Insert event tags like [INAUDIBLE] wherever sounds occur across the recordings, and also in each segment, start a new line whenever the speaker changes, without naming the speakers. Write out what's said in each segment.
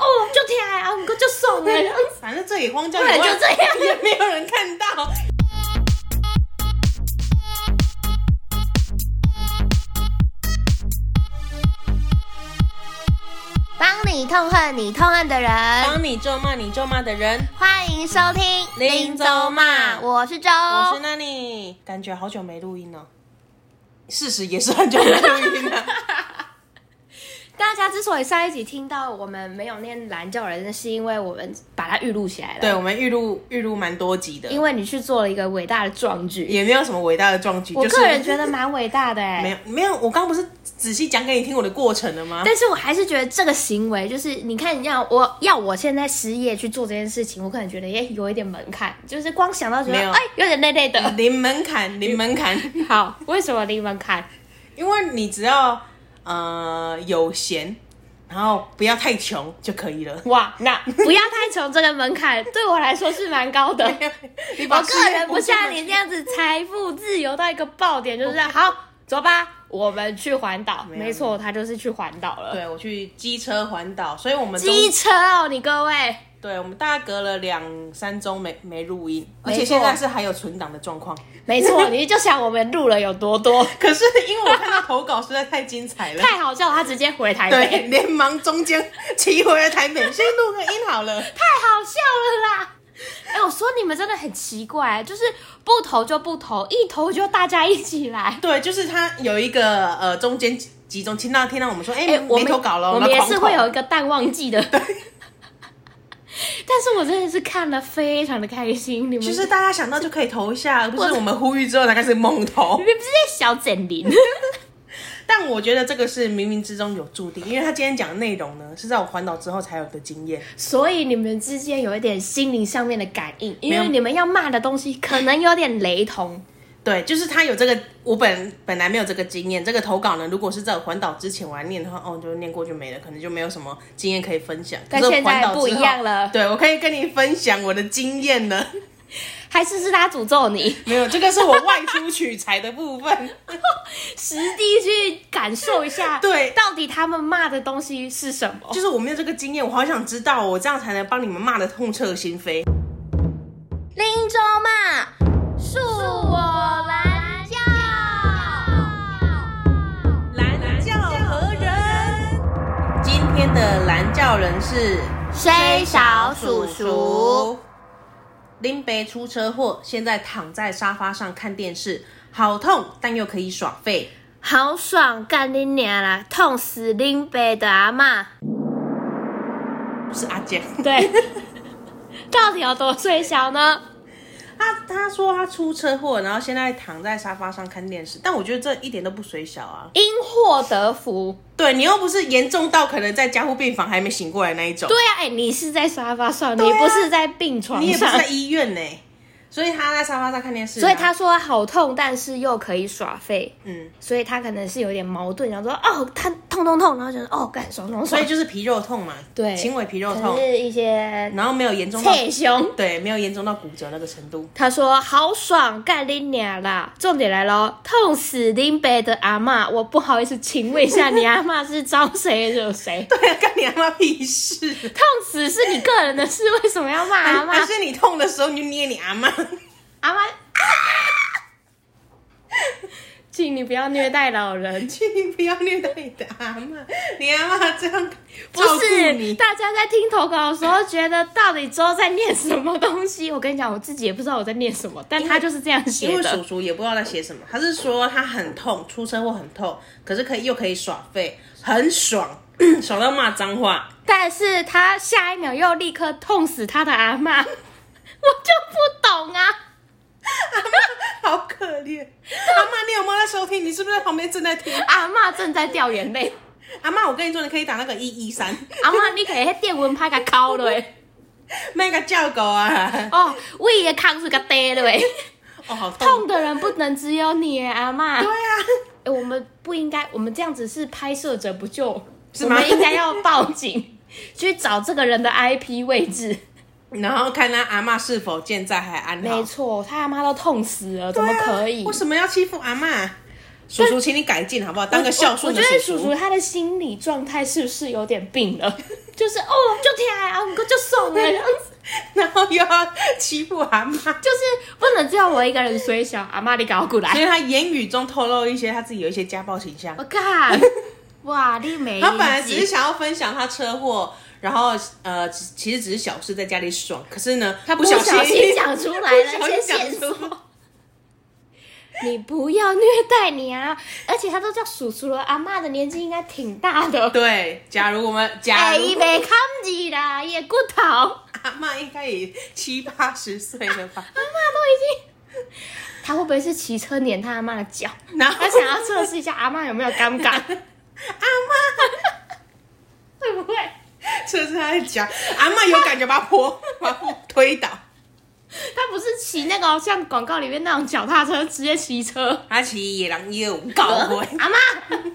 哦啊在这里荒郊
不然
野外，
就这样
也没有人看到。
帮你痛恨你痛恨的人，
帮你咒骂你咒骂的人，
欢迎收听《
林州骂
我是周，
我是那里，感觉好久没录音了。事实也是很久没录
[LAUGHS]
音了。
大家之所以上一集听到我们没有念蓝教人，是因为我们把它预录起来了。
对，我们预录预录蛮多集的，
因为你去做了一个伟大的壮举，
也没有什么伟大的壮举。
我
就是
个人觉得蛮伟大的哎、
没有没有，我刚刚不是仔细讲给你听我的过程了吗？
但是我还是觉得这个行为，就是你看，你要我要我现在失业去做这件事情，我可能觉得也有一点门槛，就是光想到觉得
没有嗯
哎有点累累的。
零门槛，零门槛，
好，为什么零门槛？
因为你只要呃有闲，然后不要太穷就可以了。
哇，那不要太穷这个门槛对我来说是蛮高的。
[LAUGHS] 你把
[LAUGHS] 我个人不像
事业
你这样子财富自由到一个爆点，就是好走吧，我们去环岛。
有
没错，他就是去环岛 [LAUGHS] 了。
对我去机车环岛，所以我们中
机车哦，你各位，
对我们大概隔了两三周没没录音，而
没
且
错
现在是还有存档的状况。
没
[LAUGHS]
错，你就想我们录了有多多，
可是因为我看到投稿实在太精彩了，
太好笑了，他直接回台北。
对，连忙中间骑回了台北，先录个音好了。 [LAUGHS]
太好笑了啦！哎、我说你们真的很奇怪，就是不投就不投，一投就大家一起来。
对，就是他有一个呃中间集中听到听到我们说，哎、
哎、我
没
们
投稿了，
我
们
们也
狂
是
投
会有一个淡旺季的。 [LAUGHS] 但是我真的是看了非常的开心，你们
就是大家想到就可以投一下，而不是我们呼吁之后才开始猛投 [LAUGHS]
你。们不是在小整零？
但我觉得这个是冥冥之中有注定，因为他今天讲的内容呢，是在我环岛之后才有的经验。
所以你们之间有一点心灵上面的感应，因
没
为
有
你们要骂的东西可能有点雷同。
对，就是他有这个，我本本来没有这个经验。这个投稿呢，如果是在我环岛之前我还念的话，哦，就念过就没了，可能就没有什么经验可以分享。
但
可是
现在
环岛之后
不一样了
对我可以跟你分享我的经验了。
还是是他诅咒你，
[LAUGHS] 没有，这个是我外出取材的部分。
实地去感受一下，
[LAUGHS] 对
到底他们骂的东西是什么？
就是我没有这个经验，我好想知道，我这样才能帮你们骂的痛彻心扉。
林州骂，恕我蓝教。
蓝教何人？今天的蓝教人是
虽小叔叔。
林北出车祸，现在躺在沙发上看电视，好痛，但又可以耍废。
好爽，干你娘啦！痛死林北的阿妈。
是阿健，
[LAUGHS] 对，到底有多最小呢？
[LAUGHS] 他他说他出车祸，然后现在躺在沙发上看电视，但我觉得这一点都不水小啊。
因祸得福。
对你又不是严重到可能在加护病房还没醒过来那一种。
对啊，哎、你是在沙发上，
对啊
你不是在病床
你也不
上
是。在医院呢、所以他在沙发上看电视啊、
所以他说好痛，但是又可以耍废，
嗯，
所以他可能是有点矛盾，想说哦，他痛痛痛，然后想说哦，干爽爽爽。
所以就是皮肉痛嘛，
对
轻微皮肉
可
痛，
是一些
然后没有严重到，
脆胸。
对，没有严重到骨折那个程度。
他说：“好爽，干你娘啦！”重点来咯，痛死林北的阿嬷，我不好意思，请问一
[LAUGHS]
下，你阿嬷是招谁惹谁？
对啊， [LAUGHS] 干你阿妈屁事！
[LAUGHS] 痛死是你个人的事，为什么要骂阿
还
嬷？
是你痛的时候你就捏你阿妈， [LAUGHS]
阿嬷，啊！请你不要虐待老人。
请你不要虐待你的阿妈，你阿妈这样
不
照顾
是，
你。
大家在听投稿的时候，觉得到底周在念什么东西？我跟你讲，我自己也不知道我在念什么，但他就是这样
因
写
为叔
的。
叔也不知道在写什么，他是说他很痛，出车祸很痛，可是可以又可以耍废，很爽， [CLEARS THROAT] 爽到骂脏
[LAUGHS]
话。
但是他下一秒又立刻痛死他的阿 [LAUGHS] 嬷，我就不懂啊。
好可怜，阿妈，你有没有在收听？你是不是在旁边正在听？
阿嬷正在掉眼泪，
阿妈，我跟你说，你可以打那个一一三， [LAUGHS]
阿嬷，你可以迄电蚊拍甲敲落，
那个叫狗啊！
哦，胃的空是甲跌落，
哦，好痛。
痛的人不能只有你耶阿嬷。
对啊，
哎我们不应该，我们这样子是拍摄者不救，
是
我
吗
们应该要报警 [LAUGHS] 去找这个人的 IP 位置。
然后看他阿妈是否健在还安好。
没错，他阿妈都痛死了，怎
对
么
啊
可以？
为什么要欺负阿妈？叔叔，请你改进好不好？当个孝
我
顺
觉
的
得
叔
叔
叔
叔。
[LAUGHS]
他的心理 [LAUGHS] 啊状态是不是有点病了？就是哦，就天啊，我就送了这样子。
然后又要欺负阿妈， [LAUGHS] 所
就是不能只有我一个人虽小，阿妈你搞过来。
以他言语中透露一些他自己有一些家暴倾向
我。干，哇，你没
他本来只
理解
是想要分享他车祸，然后呃，其其实只是小事，在家里爽。可是呢，他
不
小
小心讲出来了，
不小
先
心
现
讲
说
出。
你不要虐待你啊！而且他都叫叔叔了，阿妈的年纪应该挺大的。
[LAUGHS] 对，假如我们假
哎，
如、
没看你啦，也骨头，阿
[LAUGHS] 阿妈应该也七八十岁了
妈
吧？
都已经。他会不会是骑车碾他阿妈的脚？
然后
他想要测试一下阿妈有没有尴
[LAUGHS]
尬？阿妈会不会？
这是他在讲，阿妈有感觉把他泼，把他推倒。
他不是骑那个哦像广告里面那种脚踏车，直接骑车。
他其实野狼也有搞过， [LAUGHS]
阿
阿妈
妈
[LAUGHS]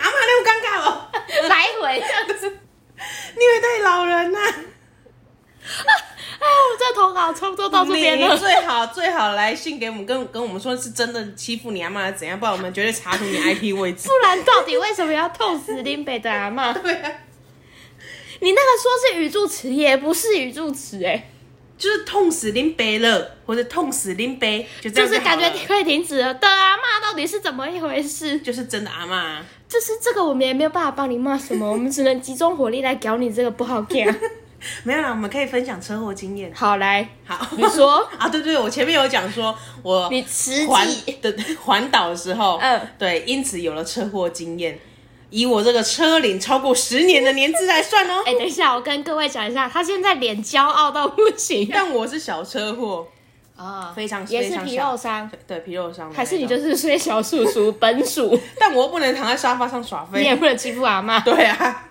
那么尴尬哦，
来回这样子。
虐待老人啊呐、
哎， [LAUGHS] 我这投稿差不多到这边
你
了。
最好最好来信给我们，跟跟我们说是真的欺负你阿妈怎样，不然我们绝对查出你 IP
[LAUGHS]
位置
不。然到底为什么要痛死林北的阿
[LAUGHS]
妈？
对啊，
你那个说是语助词，也不是语助词，哎，
就是痛死林北了，或者痛死林北，就
就
这样
是
好了
感觉你可以停止了。的阿妈到底是怎么一回事？
就是真的阿妈、啊。
就是这个我们也没有办法帮你骂什么，我们只能集中火力来搞你这个不好
[LAUGHS]
看。
没有啦，我们可以分享车祸经验。
好，来，
好，
你说
[LAUGHS] 啊，对对，我前面有讲说我
你实
环
际
的环岛的时候，
嗯
对，因此有了车祸经验。以我这个车龄超过十年的年资来算哦，
哎、等一下，我跟各位讲一下，他现在脸骄傲到不行
[LAUGHS] 但我是小车祸，
啊，
非常
也
非
是
常
皮
小
肉伤，
对皮肉伤的那种，
还是你就是睡小叔叔本
[LAUGHS]
属，
但我又不能躺在沙发上耍
你也
飞。
不能欺负阿妈。
[LAUGHS] 对啊，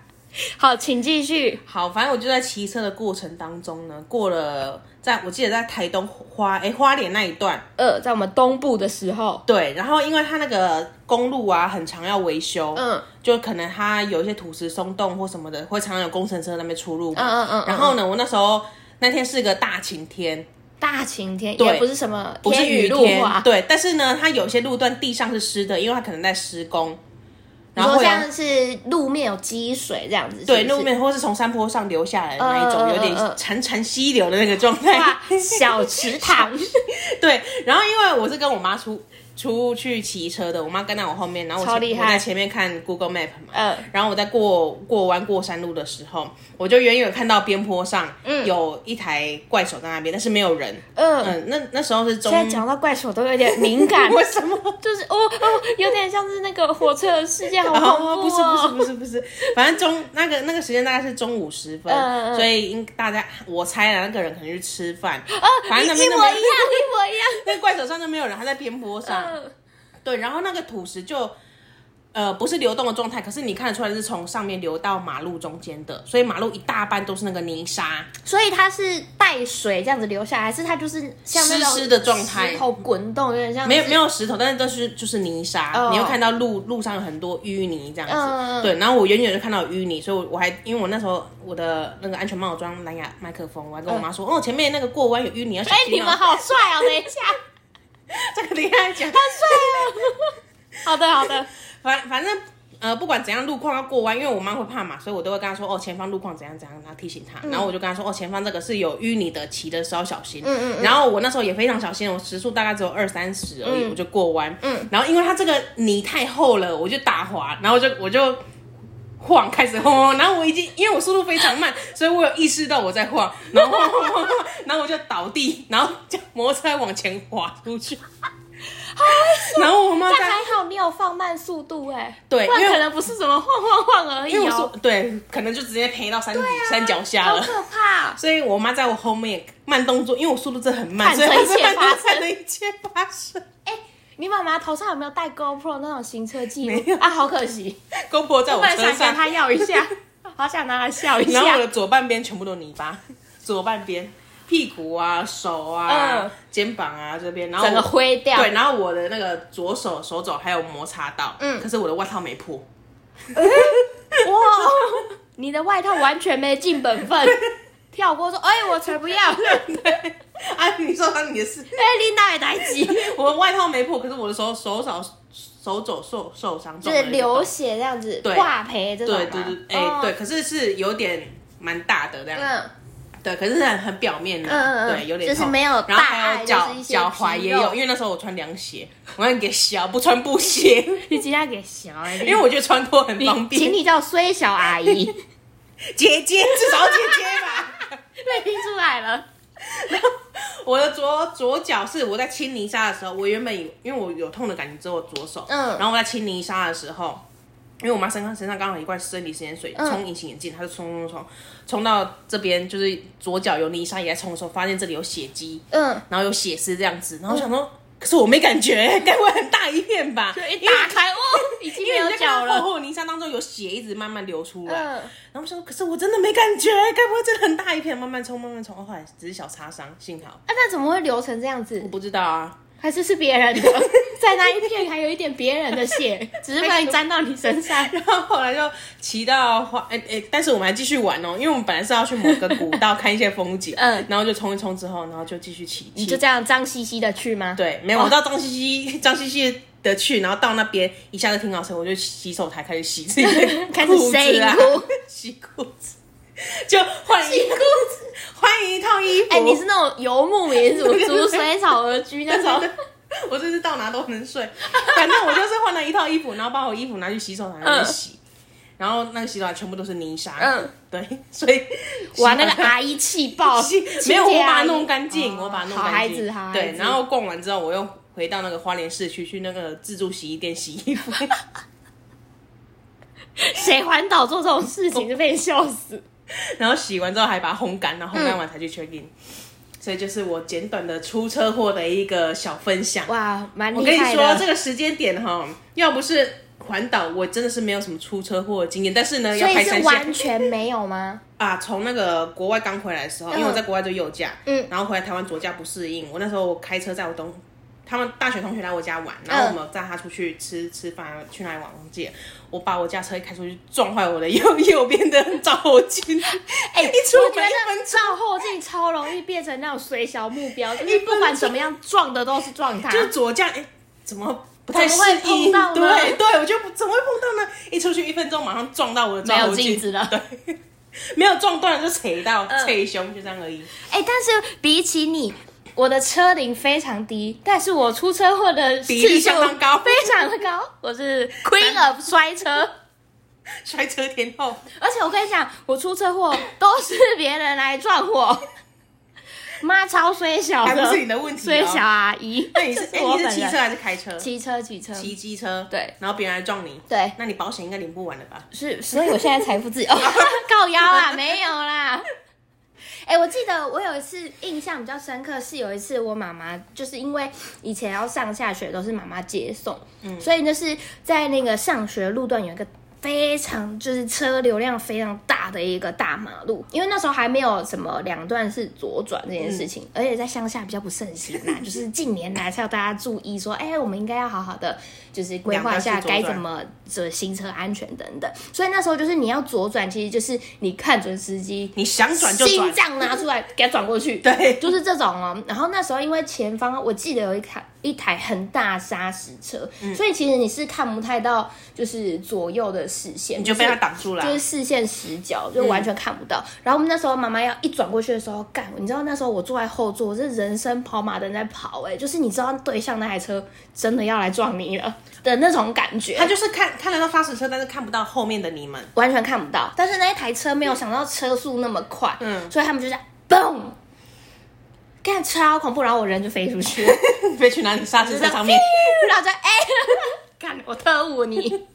好，请继续。
好，反正我就在骑车的过程当中呢，过了在，我记得在台东花哎、花莲那一段，
呃，在我们东部的时候，
对，然后因为它那个公路啊，很常要维修，
嗯，
就可能它有一些土石松动或什么的，会常常有工程车在那边出入嘛，
嗯嗯嗯嗯
然后呢，我那时候那天是个大晴天，
大晴天
对
也不是什么
不是
天雨
雨
路
天
滑，，
对，但是呢，它有些路段地上是湿的，因为它可能在施工，
你
然后
说
会有
像是路面有积水这样子，
对
是不
路
是
面或是从山坡上流下来的那一种，
嗯嗯嗯
有点
嗯嗯
潺潺溪流的那个状
[LAUGHS]
态，
哇，小池
[LAUGHS]
塘，
对，然后因为我是跟我妈出出去骑车的，我妈跟在我后面，然后我
超
前
厉害
我在前面看 Google Map 嘛，
嗯
然后我在过过弯过山路的时候，我就远远看到边坡上、有一台怪手在那边，但是没有人。嗯，
嗯。
那那时候是中
现，在讲到怪手都有点敏 [LAUGHS] 感，
[LAUGHS] 为什么？
就是哦哦，有点像是那个火车的事件，好恐怖、哦
哦，不是不是不是不是，反正中那个那个时间大概是中午时分，
嗯嗯嗯
所以应大家我猜啊，那个人可能去吃饭，
啊，
反正那
一
边
模
都
一样，一
没
模一样。
那个怪手上就没有人，他在边坡上。
嗯，
对，然后那个土石就，呃，不是流动的状态，可是你看得出来是从上面流到马路中间的，所以马路一大半都是那个泥沙，
所以它是带水这样子流下来，还是它就是像那种
湿湿的状态
石头滚动，有点像
没有没
有，
有石头，但是都是就是泥沙，
哦
你会看到路路上有很多淤泥这样子。
嗯嗯嗯
对，然后我远远就看到有淤泥，所以我我还因为我那时候我的那个安全帽有装蓝牙麦克风，我还跟我妈说，哦，前面那个过弯有淤泥，要小
嗯哎、你
心、哦。
们好帅哦！等一下，
[LAUGHS] 这个等一下讲，哦
[LAUGHS] 好的好的，
反反正呃，不管怎样路况要过弯，因为我妈会怕嘛，所以我都会跟她说哦，前方路况怎样怎样，然后提醒她。然后我就跟她说哦，前方这个是有淤泥的，骑的时候小心。嗯嗯然后我那时候也非常小心，我时速大概只有二三十而已，我就过弯。嗯。然后因为它这个泥太厚了，我就打滑，然后就我就。晃开始晃 [LAUGHS] 晃，然后我已经因为我速度非常慢，所以我有意识到我在晃，然后晃晃晃晃，然后我就倒地，然后就摩托车还往前滑出去，然后我妈
但
在
还好你有放慢速度哎、
对
不然
因为
可能不是什么晃晃晃而已
因为我说
哦，
对，可能就直接赔到山、底山脚下
啊好
了。
可怕。
所以我妈在我后面慢动作，因为我速度真的很慢，
看
所以
着
她
一
是
切
慢
发
动
生
作看着一切发生。
哎、你妈妈头上有没有带 GoPro 那种行车记
没
录
有
啊？好可惜，
公婆在
我
我
本
车
来想
上
跟，她要一
[LAUGHS]
啊下，好想拿来笑一
然后
下
我。的左半边全部都泥巴，左半边屁股啊、手啊、
嗯
肩膀啊这边，然后
整个
我
灰啊掉，
对，然后我的那个左手手肘还有摩擦到，嗯，可是我的外套没破， [LAUGHS]
哇，你的外套完全没尽本
[LAUGHS]
分，跳过说，哎、我才不要，哎、
啊，你说到你的事，
你哪也来
[LAUGHS]
急，
我的外套没破，可是我的手手手手肘受受伤，
就
中
是
了一个
流
洞
血这样子，
对
挂赔这种
对
吗
对对，哎、
哦
[LAUGHS] 对，可是是有点蛮大的这样。
嗯，
对，可是很很表面的、
嗯嗯嗯
对，有点
就是
痛
没有
然后
大
还
碍
有
就
脚
是一些
脚踝
皮
也
肉
有，因为那时候我穿凉鞋，我让你给小不穿
[LAUGHS]
布鞋，
你今天给小哎、
因为我觉得穿脱很方
请
便。
你叫衰小阿姨，
姐姐，至少姐姐吧。
被听出来 [LAUGHS] 了。
我的左左脚是我在清泥沙的时候，我原本以因为我有痛的感觉只有左手，
嗯
然后我在清泥沙的时候，因为我妈身上身上刚好有一块生理食盐
嗯
水，冲隐形眼镜，她就冲冲冲冲到这边，就是左脚有泥沙也在冲的时候，发现这里有血迹，
嗯，
然后有血丝这样子，然后我想说，可是我没感觉，该不会很大一片吧？
就一
因为
打开，哦，已经
因
没
为你
有
在
脚
看到
了。
厚厚的泥沙当中有血一直慢慢流出来，
嗯，
然后我想说，可是我真的没感觉，该不会真的很大一片？慢慢冲，慢慢冲，哦后来只是小擦伤，幸好
啊，那怎么会流成这样子
我？不知道啊， [LAUGHS]
还是是别人的， [LAUGHS] 在那一片还有一点别人的 [LAUGHS] 血，只是不小心沾到你身上。
然后后来就骑到花，哎、哎、但是我们还继续玩哦，因为我们本来是要去某个古道看一些风景，
嗯
然后就冲一冲之后，然后就继续骑，
你
骑
就这样脏兮兮的去吗？，
对，没有，我到张西西张西西的去，然后到那边一下就听到声，我就洗手台开始洗自己的
[LAUGHS] 开始
裤子啊
塞裤，
[LAUGHS] 洗裤子，就换一裤子，换一套衣服。
哎、你是那种游牧民族，逐水草而居 [LAUGHS] 那种。
我这是到哪都能睡，反正我就是换了一套衣服，然后把我衣服拿去洗手台那边洗，然后那个洗手台全部都是泥沙，
嗯，
对，所以
哇，那个阿啊哦姨气 [LAUGHS] 爆
洗，没有我把它弄干净，我把它弄
哦好
干
孩
净
子好，孩
对，
子
然后逛完之后我又回到那个花莲市区去那个自助洗衣店洗
[LAUGHS]
衣服，
谁环岛做这种事情就被你笑死。
然后洗完之后还把它烘干，然后烘
嗯
干完才去 check in，、所以就是我简短的出车祸的一个小分享。
哇，蛮
我跟
厉
你
害
说，这
的。
个时间点哈，要不是环岛，我真的是没有什么出车祸的经验。但是呢，
所
要
以
拍
是
三
完
线
全没有吗？
啊，从那个国外刚回来的时候，因为我在国外就右驾，
嗯
然后回来台湾左驾不适应。我那时候我开车在我东，他们大学同学来我家玩，然后我们载他出去吃吃饭，去哪里玩忘记了。我把我驾车一开出去，撞坏我的右 [LAUGHS] 右边的照后镜，
哎、
一出
我觉
门一
得
分
照后镜超容易变成那种水小目标，就是不管怎么样撞的都是撞它。
哎就是左驾，哎、怎么不太适
怎么会碰
应？
到呢
对对，我就不怎么会碰到呢？一出去一分钟，马上撞到我的照
没有
后镜
镜子了
对， [LAUGHS] 没有撞断就扯到
嗯
扯胸，就这样而已。
哎、但是比起你，我的车龄非常低，但是我出车祸的次
比例
数
相当高
非常的高。我是 Queen of 摔车，
摔车天后，
而且我跟你讲，我出车祸都是别人来撞我， [LAUGHS] 妈超衰小
还不是你
的，
的问题、哦。
衰小阿姨。
那你是
这
哎、
我
你
本
是骑
人
车还是开车？
骑车骑车，
骑机车。
对
然后别人来撞你，
对，
那你保险应该领不完了吧？
是，所以我现在财富
[LAUGHS]
自由，告腰啦，没有啦。哎、我记得我有一次印象比较深刻，是有一次我妈妈就是因为以前要上下学都是妈妈接送，
嗯
所以就是在那个上学路段有一个非常就是车流量非常大的一个大马路，因为那时候还没有什么两段是左转这件事情，
嗯
而且在乡下比较不盛行啦，就是近年来才有大家注意说，哎、我们应该要好好的就是规划一下
两段式左
该
转
怎么这行车安全等等，所以那时候就是你要左转，其实就是你看准时机，
你想转就
心
转。
脏拿出来给它转过去，
[LAUGHS] 对
就是这种哦。然后那时候因为前方我记得有一台一台很大砂石车，
嗯
所以其实你是看不太到就是左右的视线，
你就被他
是
挡住了嗯
就是视线死角，就完全看不到。然后我们那时候妈妈要一转过去的时候，干，你知道那时候我坐在后座，我是人生跑马灯在跑、哎，就是你知道对向那台车真的要来撞你了的那种感觉，
他就是看看得到发死车，但是看不到后面的你 [LAUGHS] 们。
完全看不到。但是那一台车没有想到车速那么快，
嗯
所以他们就这样嘣，干超恐怖，然后我人就飞出
[LAUGHS]
去，
飞去哪里？刹
就这
车在
样
上面。
咻 [LAUGHS] 然后就哎，干、我特务你。 [LAUGHS]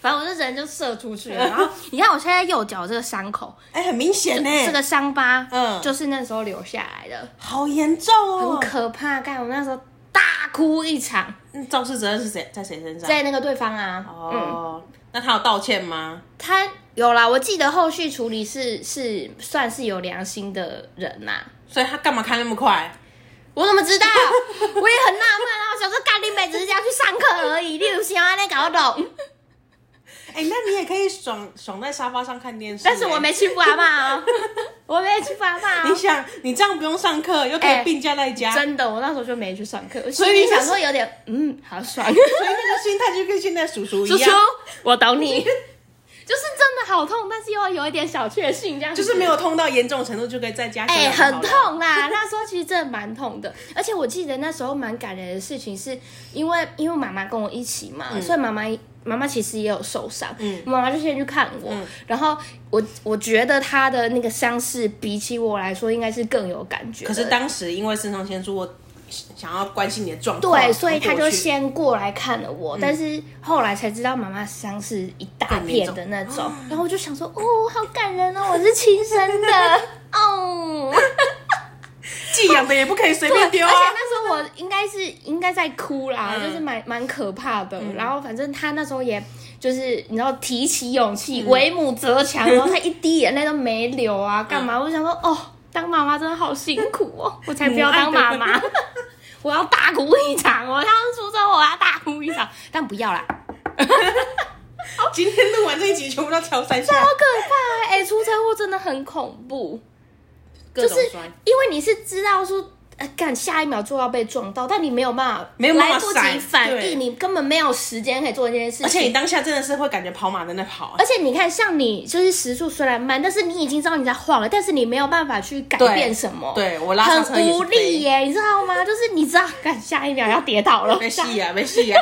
反正我这人就射出去
[LAUGHS]
了，然后你看我现在右脚这个伤口，
哎、很明显呢、
这个伤疤，嗯，
嗯
就是那时候留下来的，
好严重
很
哦。
可怕。干，我那时候大哭一场，
嗯肇事责任是谁在谁身上？
在那个对方啊，嗯，
哦，那他有道歉吗？
他有啦，我记得后续处理是是算是有良心的人呐、
所以他干嘛开那么快？
我怎么知道？我也很纳闷啊！我想说，干你妹只是这样去上课而已，你有想要那搞懂？
哎、那你也可以爽爽在沙发上看电视、
但是我
哎
没欺负阿妈哦，我没欺负阿妈
你
哦。
想，你这样不用上课，又可
哎
以病假在家，
真的，我那时候就没去上课，
所以
心里
你
想
是
说有点，嗯，好爽。
所以那个心态就跟现在叔叔一
叔
样。
叔，我懂你。 [LAUGHS] 就是真的好痛，但是又有一点小确幸，这样子
就是没有痛到严重程度，就可以在家休
哎、
养就好
很
了。
痛啦！ [LAUGHS] 那时候其实真的蛮痛的，而且我记得那时候蛮感人的事情是，因为因为妈妈跟我一起嘛，所以妈妈妈妈其实也有受伤，
嗯
妈妈就先去看我，然后我我觉得她的那个伤势比起我来说应该是更有感觉的，
可是当时因为肾上腺素，我想要关心你的状况，
对，所以她
我
就
过去嗯
先过来看了我，但是后来才知道妈妈伤是一大片的那
更
种
严，
然后我就想说，哦，好感人哦，我是亲生
[LAUGHS]
的，哦。
寄养的也不可以随
对，嗯
便丢
[LAUGHS]
啊
而。且那时候我应该是应该在哭啦，就是蛮蛮可怕的。然后反正他那时候也就是你知道提起勇气，为母则 [LAUGHS] 强，然后他一滴眼泪都没流啊，干嘛？我就想说哦，当妈妈真的好辛苦哦，我才不要当妈
母
[LAUGHS]
爱
妈。我要大哭一场，我要出生，我要大哭一场，但不要啦，
今天录完这一集，全部都挑三下，
[LAUGHS] 好可怕、哎、出车祸真的很恐怖。
各
就是
种摔。
因为你是知道说，呃，干下一秒就要被撞到，但你没有办法，
没有办法
来不及
闪
反
对
应，你根本没有时间可以做这件事情。
而且你当下真的是会感觉跑马灯在跑、欸
而且你看，像你就是时速虽然慢，但是你已经知道你在晃了，但是你没有办法去改
对
变什么，
对我拉上车
很
也是
无力耶，你知道吗？
[LAUGHS]
就是你知道，干下一秒要跌倒了，
没戏呀、没戏呀、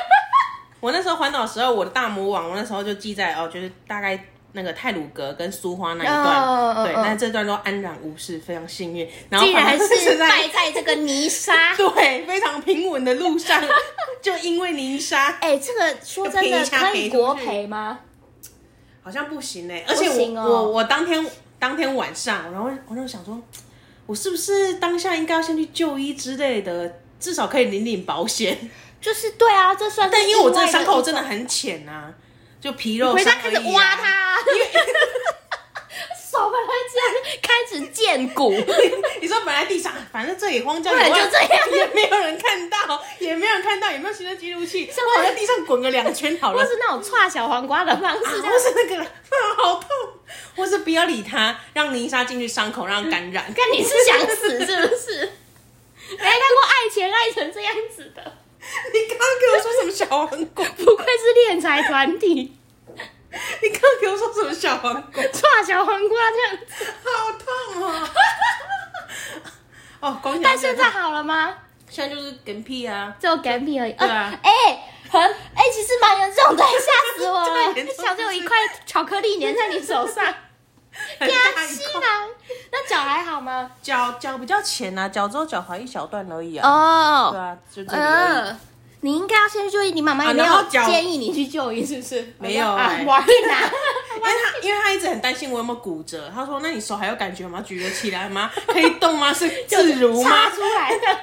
我那时候环岛的时候，我的大魔王，我那时候就记在哦，就是大概那个泰鲁格跟苏花那一段，
嗯嗯嗯
对，
嗯
但这段都安然无事，非常幸运。然后
竟然
反而
是
在。
败在这个泥沙
[LAUGHS] 对非常平稳的路上，就因为泥沙，
哎、这个说真
就赔
的
一下
可以
赔出
国
去
赔吗？
好像不行哎、而且
不行
我、
哦
我我当天当天晚上，然后我就想说，我是不是当下应该要先去就医之类的，至少可以领领保险。
就是哦对啊，这算是
但因为我这个
意外
伤口真
一
的
种
很浅啊，就皮肉
回
伤
家开
而已、
始
啊。
挖他， [LAUGHS] 手把它这样开始见 [LAUGHS] 骨，
[LAUGHS] 你说本来地上，反正这里荒郊野
对
外，
就这样
也没有人看到，也没有人看到，也没有行车记录器，我在地上滚个两圈好了。
或是那种串小黄瓜的方
啊
式，这样
或是那个， [LAUGHS] 啊好痛，或是不要理它，让泥沙进去伤口，让它感染。
看嗯你是想死是不是？没看过爱钱爱成这样子的，
[LAUGHS] 你刚刚给我说什么小黄瓜？
不愧是敛财团体，
你刚刚给我说什么小黄瓜？
串小黄瓜这样子。
好痛哦！ [LAUGHS] 哦，光
但
想
现在好了吗？
现在就是嗝屁
[LAUGHS]
啊！
只有干屁而已。
对啊
哎、很哎、其实蛮严重的，吓死我了！
这么严重
小只有一块巧克力粘在你手 [LAUGHS] 上，
很大一
吸
块，
啦。那脚还好吗？
脚脚比较浅啊，脚只有脚踝一小段而已啊。
哦
对啊，就这里而已。
嗯，你应该要先去就医，你妈妈
啊
有没
然后
有
脚
建议你去就医？是不是？
没有
啊
欸
我天
[LAUGHS]
哪！
因
啊
为他，因为他一直很担心我有没有骨折。他说：“那你手还有感觉吗？举得起来吗？可以动吗？是自如
插
吗
出来 [LAUGHS] 的，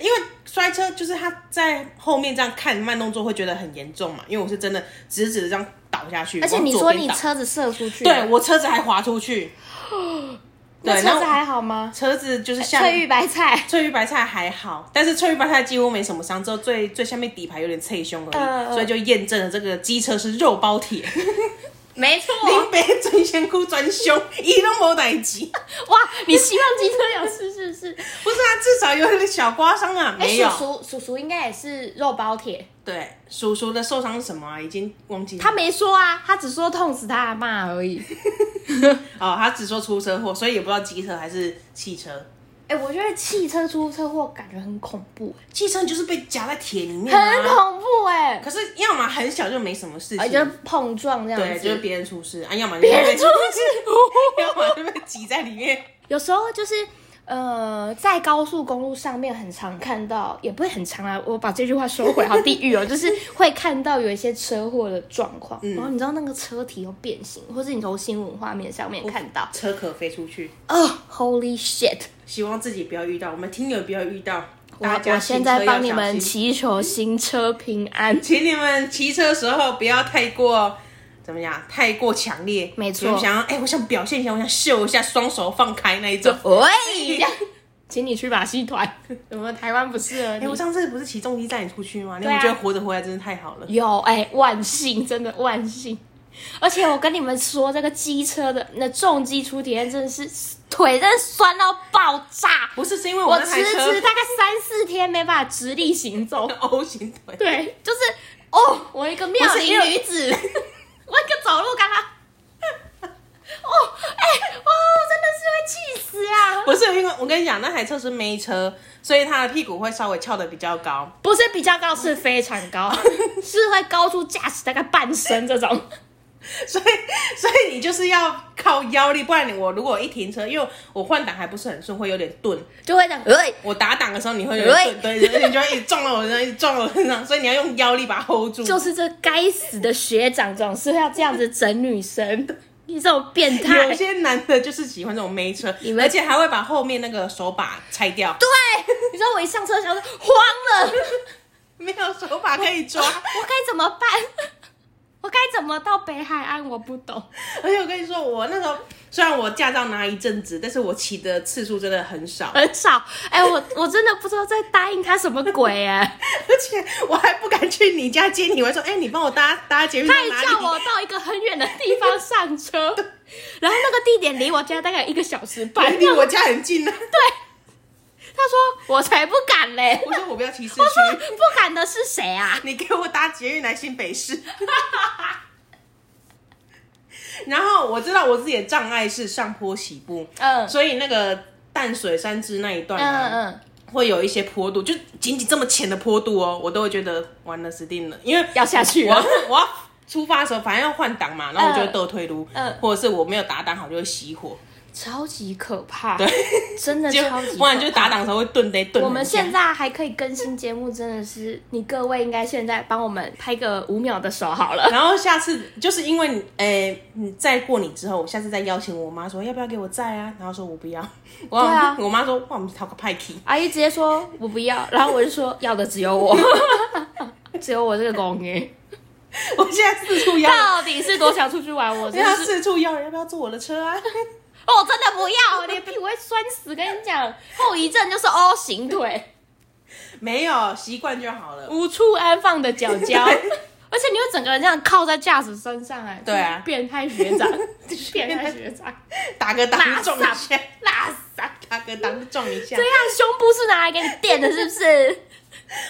因为摔车就是他在后面这样看慢动作会觉得很严重嘛。因为我是真的直直的这样倒下去，
而且你
往左
说
边
你
倒
车子射出去，
对，我车子还滑出去，
[GASPS]
对
那，车
然
子
后
还好吗？
车子就是下
翠玉白菜，
翠玉白菜还好，但是翠玉白菜几乎没什么伤，只有最最下面底盘有点脆胸而已，
嗯嗯
所以就验证了这个机车是肉包铁，
没错。
[LAUGHS] 林北真仙姑专胸，一都没代
[LAUGHS]
志。
哇，你希望机车有事是是？
不是啊，至少有点小刮伤啊，
哎，
没有。
叔叔叔叔应该也是肉包铁，
对，叔叔的受伤是什么啊？已经忘记了
他没说啊，他只说痛死他阿妈而已。
哦，他只说出车祸，所以也不知道机车还是汽车。
哎，我觉得汽车出车祸感觉很恐怖，
汽车就是被夹在铁里面、
很
啊，
恐怖哎，
可是要么很小就没什么事
而
情，
且碰啊撞这样
对，
子，
就是别人出事啊，要么就
别
是
人
被
出去。
[LAUGHS] 要么就被挤在里面。
有时候就是呃，在高速公路上面很常看到，也不会很常啊。我把这句话收回，好地狱哦，就是会看到有一些车祸的状况，
嗯
然后你知道那个车体又变形，或是你从新闻画面上
哦
面看到，
车壳飞出去，
哦、h o l y shit！
希望自己不要遇到，我们听友不要遇到。
我
大家
我
行
现
车要
在帮你
小
们
心，
祈求行车平安。
请你们骑车的时候不要太过。怎么样？太过强烈，
没错
有人想要，哎、我想表现一下，我想秀一下，双手放开那一种。
喂，
[LAUGHS]
请你去马戏团，我们台湾不适合
哎、
你
我。上次不是骑重机载你出去吗？你
对
有没
啊
有觉得活着回来真的太好了？
有哎、万幸，真的万幸。而且我跟你们说，这个机车的那重机初体验真的是腿真的酸到爆炸，
不是，是因为
我
那
迟
台
迟
[LAUGHS] 车
大概三四天没办法直立行走。
O 型腿，
对，就是哦，我一个妙
不是
龄
因为
[LAUGHS] 女子，我那个走路刚刚， [LAUGHS] 哦，哎、哦，真的是会气死啊！
不是因为我跟你讲，那台车是没车，所以他的屁股会稍微翘得比较高。
不是比较高，是非常高， [LAUGHS] 是会高出驾驶大概半身这种。
[LAUGHS] 所以，所以你就是要靠腰力，不然你我如果一停车，因为我换挡还不是很顺，会有点顿。
就会这样，哎喂，
我打档的时候，你会有点顿，对，对你就会一直撞到我身上，一直撞到我身上，所以你要用腰力把它 hold 住。
就是这该死的学长总是要这样子整女生， [LAUGHS] 你这种变态
有，些男的就是喜欢这种没车
你，们
而且还会把后面那个手把拆掉，
对，你知道我一上车想说慌了，
没有手把可以抓。
[LAUGHS] 我该怎么办？ [LAUGHS] 我该怎么到北海岸？我不懂。
而且我跟你说，我那时候虽然我驾照拿一阵子，但是我骑的次数真的很少，
很少。哎、我我真的不知道在答应他什么鬼哎、 [LAUGHS]
而且我还不敢去你家接你，我还说，哎、你帮我搭搭捷运到
他还
哪里？
叫我到一个很远的地方上车， [LAUGHS] 然后那个地点离我家大概有一个小时 [LAUGHS] 半。
离我家很近
[LAUGHS]
啊呢、
他说 [LAUGHS] 我才不敢嘞，
我说我不要骑市
我说
区，
不敢的是谁啊？
你给我搭捷运来新北市。 [LAUGHS] 然后我知道我自己的障碍是上坡起步，
嗯
所以那个淡水山支那一段、啊，
嗯嗯，
会有一些坡度，就仅仅这么浅的坡度哦，我都会觉得完了死定了，因为
要下去
我要
了。
我要出发的时候，反正要换挡嘛，然后我就会倒退路，
嗯嗯
或者是我没有打档好就会熄火，
超级可怕，
对，
真的
[LAUGHS] 就
超级可怕。
不然就是打档的时候会顿得顿很久。
我们现在还可以更新节目，真的是你各位应该现在帮我们拍个五秒的手好了。
[LAUGHS] 然后下次就是因为你，诶、你再过你之后，我下次再邀请我妈说要不要给我载啊？然后说我不要，我、
[LAUGHS] 对啊
[LAUGHS] 我妈说哇，我们讨个派气，
阿姨直接说我不要，然后我就说要的只有我，只有我这个公女，
[LAUGHS] 我现在四处邀，
[LAUGHS] 到底是多想出去玩？我
因
真
为她
的是，
四处邀人要不要坐我的车啊？ [LAUGHS]
哦，真的不要，我连屁股会酸死，跟你
[LAUGHS]
讲，后遗症就是 O 型腿，
没有，习惯就好了。
无处安放的脚胶，
对
[LAUGHS] 而且你会整个人这样靠在驾驶身上哎，
对啊
变态学
[LAUGHS]
长，变态学长，
打个
拉
档
萨
撞
[LAUGHS]
一下，
拉撒。
打个档撞一下
这。样胸部是拿来给你垫的，是不是？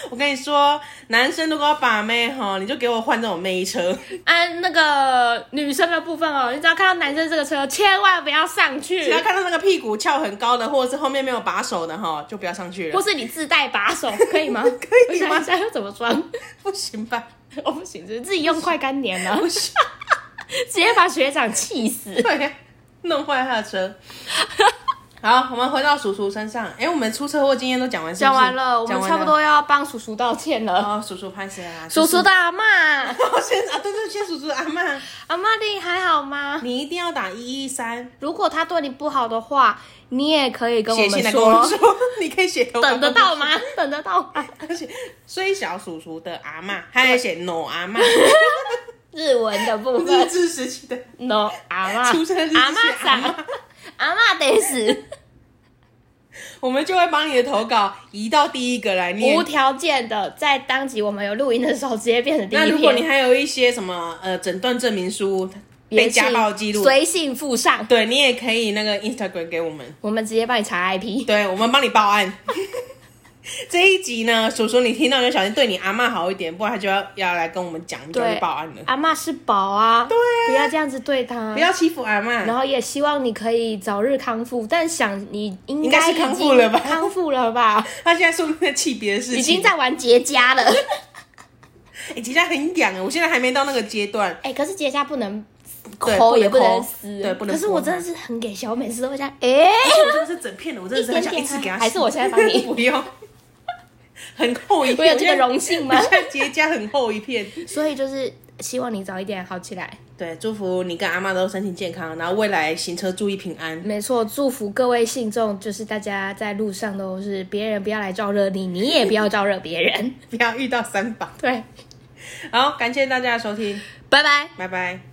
我跟你说，男生如果要把妹哈，你就给我换这种
[LAUGHS]
妹车。
[LAUGHS] 啊，那个女生的部分哦，你只要看到男生这个车，千万不要上去
只，要看到那个屁股翘很高的，或者是后面没有把手的哈，就不要上去
或
了。
是你自带把手， [LAUGHS] 可以吗？
可以吗
我想一下要怎么装，
[LAUGHS] 不行吧？
[LAUGHS] 我不行，就是自己用快干粘了，
不行，
直接把学长气死。
[LAUGHS] 对呀、弄坏他的车。 [LAUGHS] 好，我们回到叔叔身上。哎、我们出车祸经验都讲完是不是，
讲完了，我
讲
们
完
差不。多要帮叔叔道歉了。
哦，叔叔拍谁啊？
叔叔的阿妈，
叔叔先啊，对对，先叔叔阿妈，
阿妈你还好吗？
你一定要打一一三，
如果他对你不好的话，你也可以跟我
写信
们
来跟我们
说，
说， [LAUGHS] 你可以
[LAUGHS]
写投稿
等得到
[LAUGHS]
吗？等得到吗？
而且虽小叔叔的阿妈，他还写 no
[LAUGHS]
阿妈，
日文的部分
日。治时期的
no 阿妈，
出生日是
啊阿妈
写阿嬷
啥？阿妈得死，
[LAUGHS] 我们就会帮你的投稿移到第一个来念
无。条件的，在当集我们有录音的时候，直接变成第
那
一
如果你
篇，
还有一些什么呃诊断证明书
也
被家暴记录，
随信附上，
对你也可以那个 Instagram 给我们，
我们直接帮你查 IP。
对我们帮你报案。 [LAUGHS] 这一集呢，叔叔你听到就小心对你阿嬷好一点，不然他就要要来跟我们讲，我们就要
对
去报案了。
阿妈是宝啊，对
啊
不要这样子对她
不。要欺负阿嬷。
然后也希望你可以早日康复，但想你应
应该
该
是
已经
康复了吧
康复了
[LAUGHS]
吧，
他现在说不定在气别的事情，
已经在玩结痂了。
哎，结痂很痒啊，我现在还没到那个阶段。
哎、可是结痂不能
对
抠，
不能
也不能
抠
撕，
对不能
可是我
抠
真的是很给小美，每次都会这样，哎、
而且我真的是整片的，我真的是很想
一点
一
点啊
次给他洗。
还是我现在帮你
[LAUGHS] 不用，很厚一
我
片。
有这个荣幸吗
[LAUGHS] 我？现在结痂很厚一片。
[LAUGHS] 所以就是希望你早一点好起来。
对，祝福你跟阿妈都身体健康，然后未来行车注意平安。
没错，祝福各位信众，就是大家在路上都是别人不要来招惹你，你也不要招惹别人。
不要遇到三宝。
对，
好，感谢大家的收听，
拜拜。
拜拜。